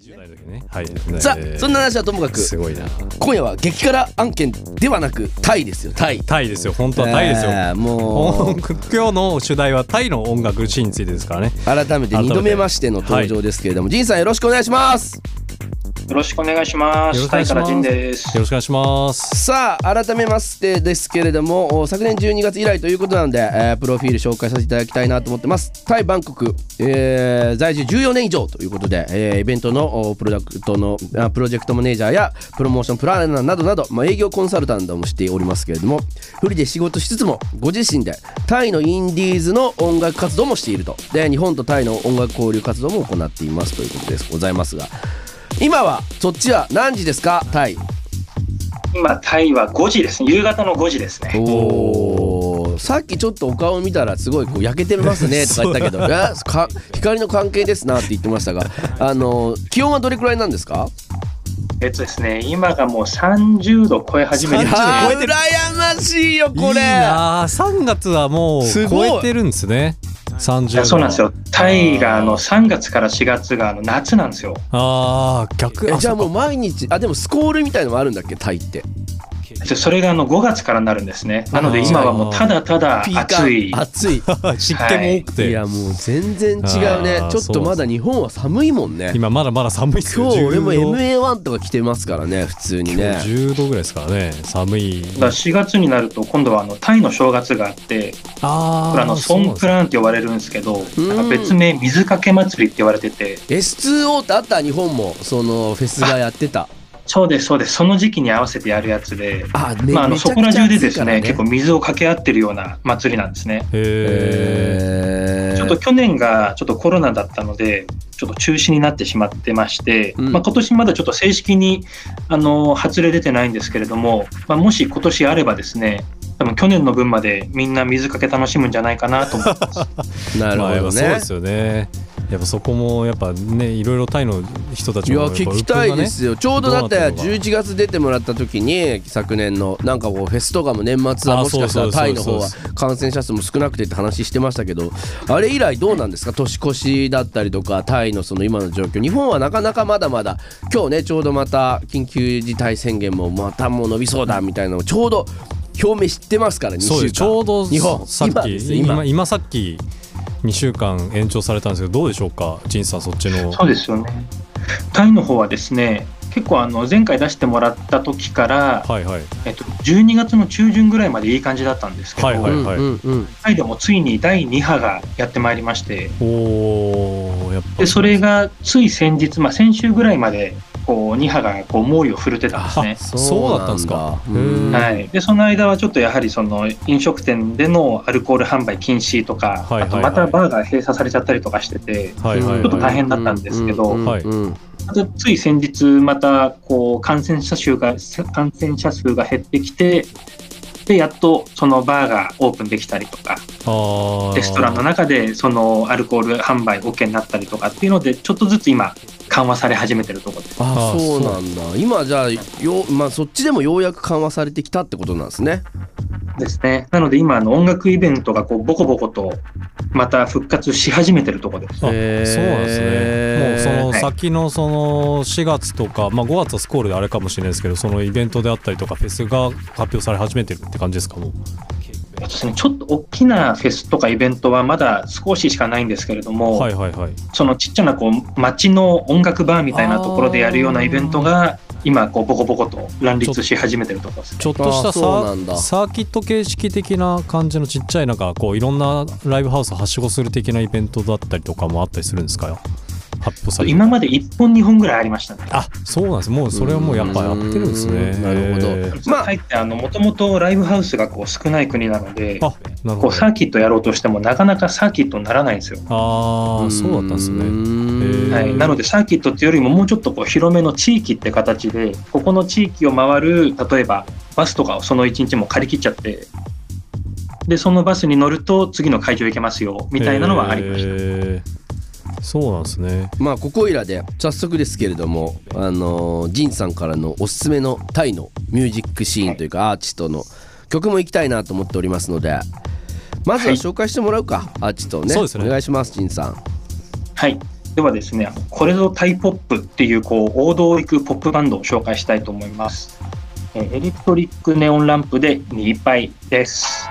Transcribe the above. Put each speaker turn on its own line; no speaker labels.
10代の時ねはいですね
さあそんな話はともかく
すごいな
今夜は激辛案件ではなくタイですよタイ
タイですよ本当はタイですよ、
えー もう
今日の主題はタイの音楽シーンについてですからね
改めて
改めて
2度目ましての登場ですけれども、ジンさんよろしくお願いします
よろしくお願いしま
よろ
す。
しくお願
タ
い
イ
し
か
ます
らジンです
よ。ろしくお願いします
さあ改めましてですけれどもお昨年12月以来ということなので、えープロフィール紹介させていただきたいなと思ってますタイ・バンコク、えー在住14年以上ということで、えーイベントのおプロダクトのあプロジェクトマネージャーやプロモーションプランナーなどなど、まあ、営業コンサルタントもしておりますけれどもフリーで仕事しつつもご自身でタイのインディーズの音楽活動もしているとで日本とタイの音楽交流活動も行っていますということですございますが今はそっちは何時ですかタイ
今タイは5時ですね。夕方の5時ですね。
おおさっきちょっとお顔見たらすごいこう焼けてま すねとか言ったけどえか光の関係ですなって言ってましたがあの気温はどれくらいなんですか
えっとですね、今がもう30度超え始めて
い
ます。
や
あ
超
ー
えて
羨
る
ましいよこ
いい
れ
なあ3月はもう
すご
超
い
えてるんですね
い
30
やそうなんですよ。タイがあ
あ
の
ー
3月から4月があの夏なんですよ。
あー逆
え
あ
じゃあもう
そっ
毎日あでもスコールみたいのもあるんだっけタイって
でそれがあの5月からになるんですね。なので
あー
今はもうただただ
ピーカー
暑い。
暑い
か湿気も多くて、
いやもう全然違うね
あー
ちょっとまだ日本は寒いもんね
今まだまだ寒いです
今
よ
日俺も
10度
MA1 とか着てますからね普通にね
10度ぐらいですからね寒い
だから4月になると今度はあのタイの正月があって、
あ
これあのソンプ
ラ
ランって呼ばれるんですけど、
ん
なんか別名水かけ祭りって言われてて、
S2O ってあった日本もそのフェスがやってた
そうですそうです。その時期に合わせてやるやつで、
あめ
まあ、あの
めち
そ
ゃく
こ
ちゃ
ら中で
暑
で
いか
す
ら
ね結構水を掛け合ってるような祭りなんですね。
へえ
えー
ちょっと去年がちょっとコロナだったので、ちょっと中止になってしまってまして、
うん
まあ、今年まだちょっと正式にあの発令出てないんですけれども、まあ、もし今年あればですね、多分去年の分までみんな水かけ楽しむんじゃないかなと思って ます。
なる
まあやっ
ほど
ぱそう
ね
で。すよねやっぱそこもやっぱねいろいろタイの人た
い
ちも
や
っぱ
聞きたいですよ、ちょうどだって
どうなってんのか
11月出てもらった時に昨年のなんかこうフェスとかも年末は
あ
もしかした
そ
ら
うそう
タイの方は
そう
感染者数も少なくてって話してましたけどあれ以来どうなんですか年越しだったりとかタイのその今の状況日本はなかなかまだまだ今日ねちょうどまた緊急事態宣言もまたもう伸びそうだみたいなのをちょうど表明してますから2週間
そうですちょうど
日本
さっ
今
き
です
今
今
今さっき2週間延長されたんですけどどうでしょうか仁さんそっちの
そうですよね。タイの方はですね、結構あの前回出してもらった時から、
はいはい
えっと、12月の中旬ぐらいまでいい感じだったんですけど、
はいはい
うんうんうん
タイでもついに第2波がやってまいりまして、
おーやっぱ
でそれがつい先日、まあ、先週ぐらいまでこう2波がこう猛威を振るってたんですね。
あそうだったんですか
そうなんだ
へー
はい、でその間はちょっとやはりその飲食店でのアルコール販売禁止とか、
はいはいはい
あとまたバーが閉鎖されちゃったりとかしてて、
はいはい
ちょっと大
はい
変だったんですけど
うんうんうん
はい
うん
あとつい先日、またこう感染者数が感染者数が減ってきて、でやっとそのバーがオープンできたりとか、
あー
レストランの中でそのアルコール販売 OK になったりとかっていうので、ちょっとずつ今、緩和され始めてるところです。
あ
あ
そうなんだ今じゃあよ、まあ、そっちでもようやく緩和されてきたってことなんですね
ですね。なので今、あの音楽イベントがこうボコボコとまた復活し始めてるところです。
あそうなん
へー
ですねもうその
はい
先のその4月とか、まあ、5月はスコールであれかもしれないですけどそのイベントであったりとかフェスが発表され始めてるって感じですかもう
えっとですねちょっと大きなフェスとかイベントはまだ少ししかないんですけれども、
はいはいはい
そのちっちゃなこう街の音楽バーみたいなところでやるようなイベントが今こうボコボコと乱立し始めてるところです。
ちょっとしたサ
あそうなんだ
ーサーキット形式的な感じのちっちゃいなんかこういろんなライブハウスをはしごする的なイベントだったりとかもあったりするんですかよ発表されて
今まで1本2本ぐらいありましたね。
あそうなんですもうそれはもうやっぱやってるんですね
うんなるほど
へ
まあ
タイってあのもともとライブハウスがこう少ない国なので
ー、あなるほ
こう
ど
サーキットやろうとしてもなかなかサーキットにならないんですよ。
ああそうだったんです
うー
ね
ん
へー
はい、なのでサーキットっていうよりももうちょっとこう広めの地域って形でここの地域を回る例えばバスとかをその1日も借り切っちゃってでそのバスに乗ると次の会場行けますよみたいなのはありました、
へーそうなんですね
まあここいらで早速ですけれどもあのージンさんからのおすすめのタイのミュージックシーンというかアーティストの曲も行きたいなと思っておりますのでまずは紹介してもらうか、アーティストをね
そうですね
お願いしますジンさん
はいではですね、これぞタイポップっていうこう王道を行くポップバンドを紹介したいと思います。えーエレクトリックネオンランプでいっぱいです。